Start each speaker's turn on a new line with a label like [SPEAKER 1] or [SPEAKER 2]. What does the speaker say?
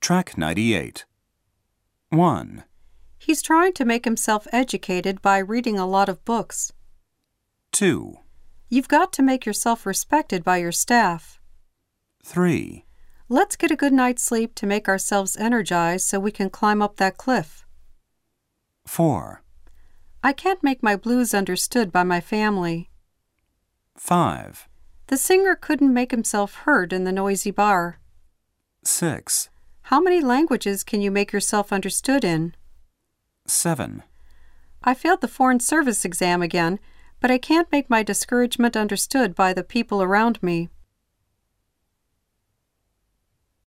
[SPEAKER 1] Track 98. 1,
[SPEAKER 2] He's trying to make himself educated by reading a lot of books.
[SPEAKER 1] 2,
[SPEAKER 2] You've got to make yourself respected by your staff.
[SPEAKER 1] 3,
[SPEAKER 2] Let's get a good night's sleep to make ourselves energized so we can climb up that cliff.
[SPEAKER 1] 4,
[SPEAKER 2] I can't make my blues understood by my family.
[SPEAKER 1] 5,
[SPEAKER 2] The singer couldn't make himself heard in the noisy bar.
[SPEAKER 1] 6,
[SPEAKER 2] How many languages can you make yourself understood in?
[SPEAKER 1] 7,
[SPEAKER 2] I failed the Foreign Service exam again, but I can't make my discouragement understood by the people around me.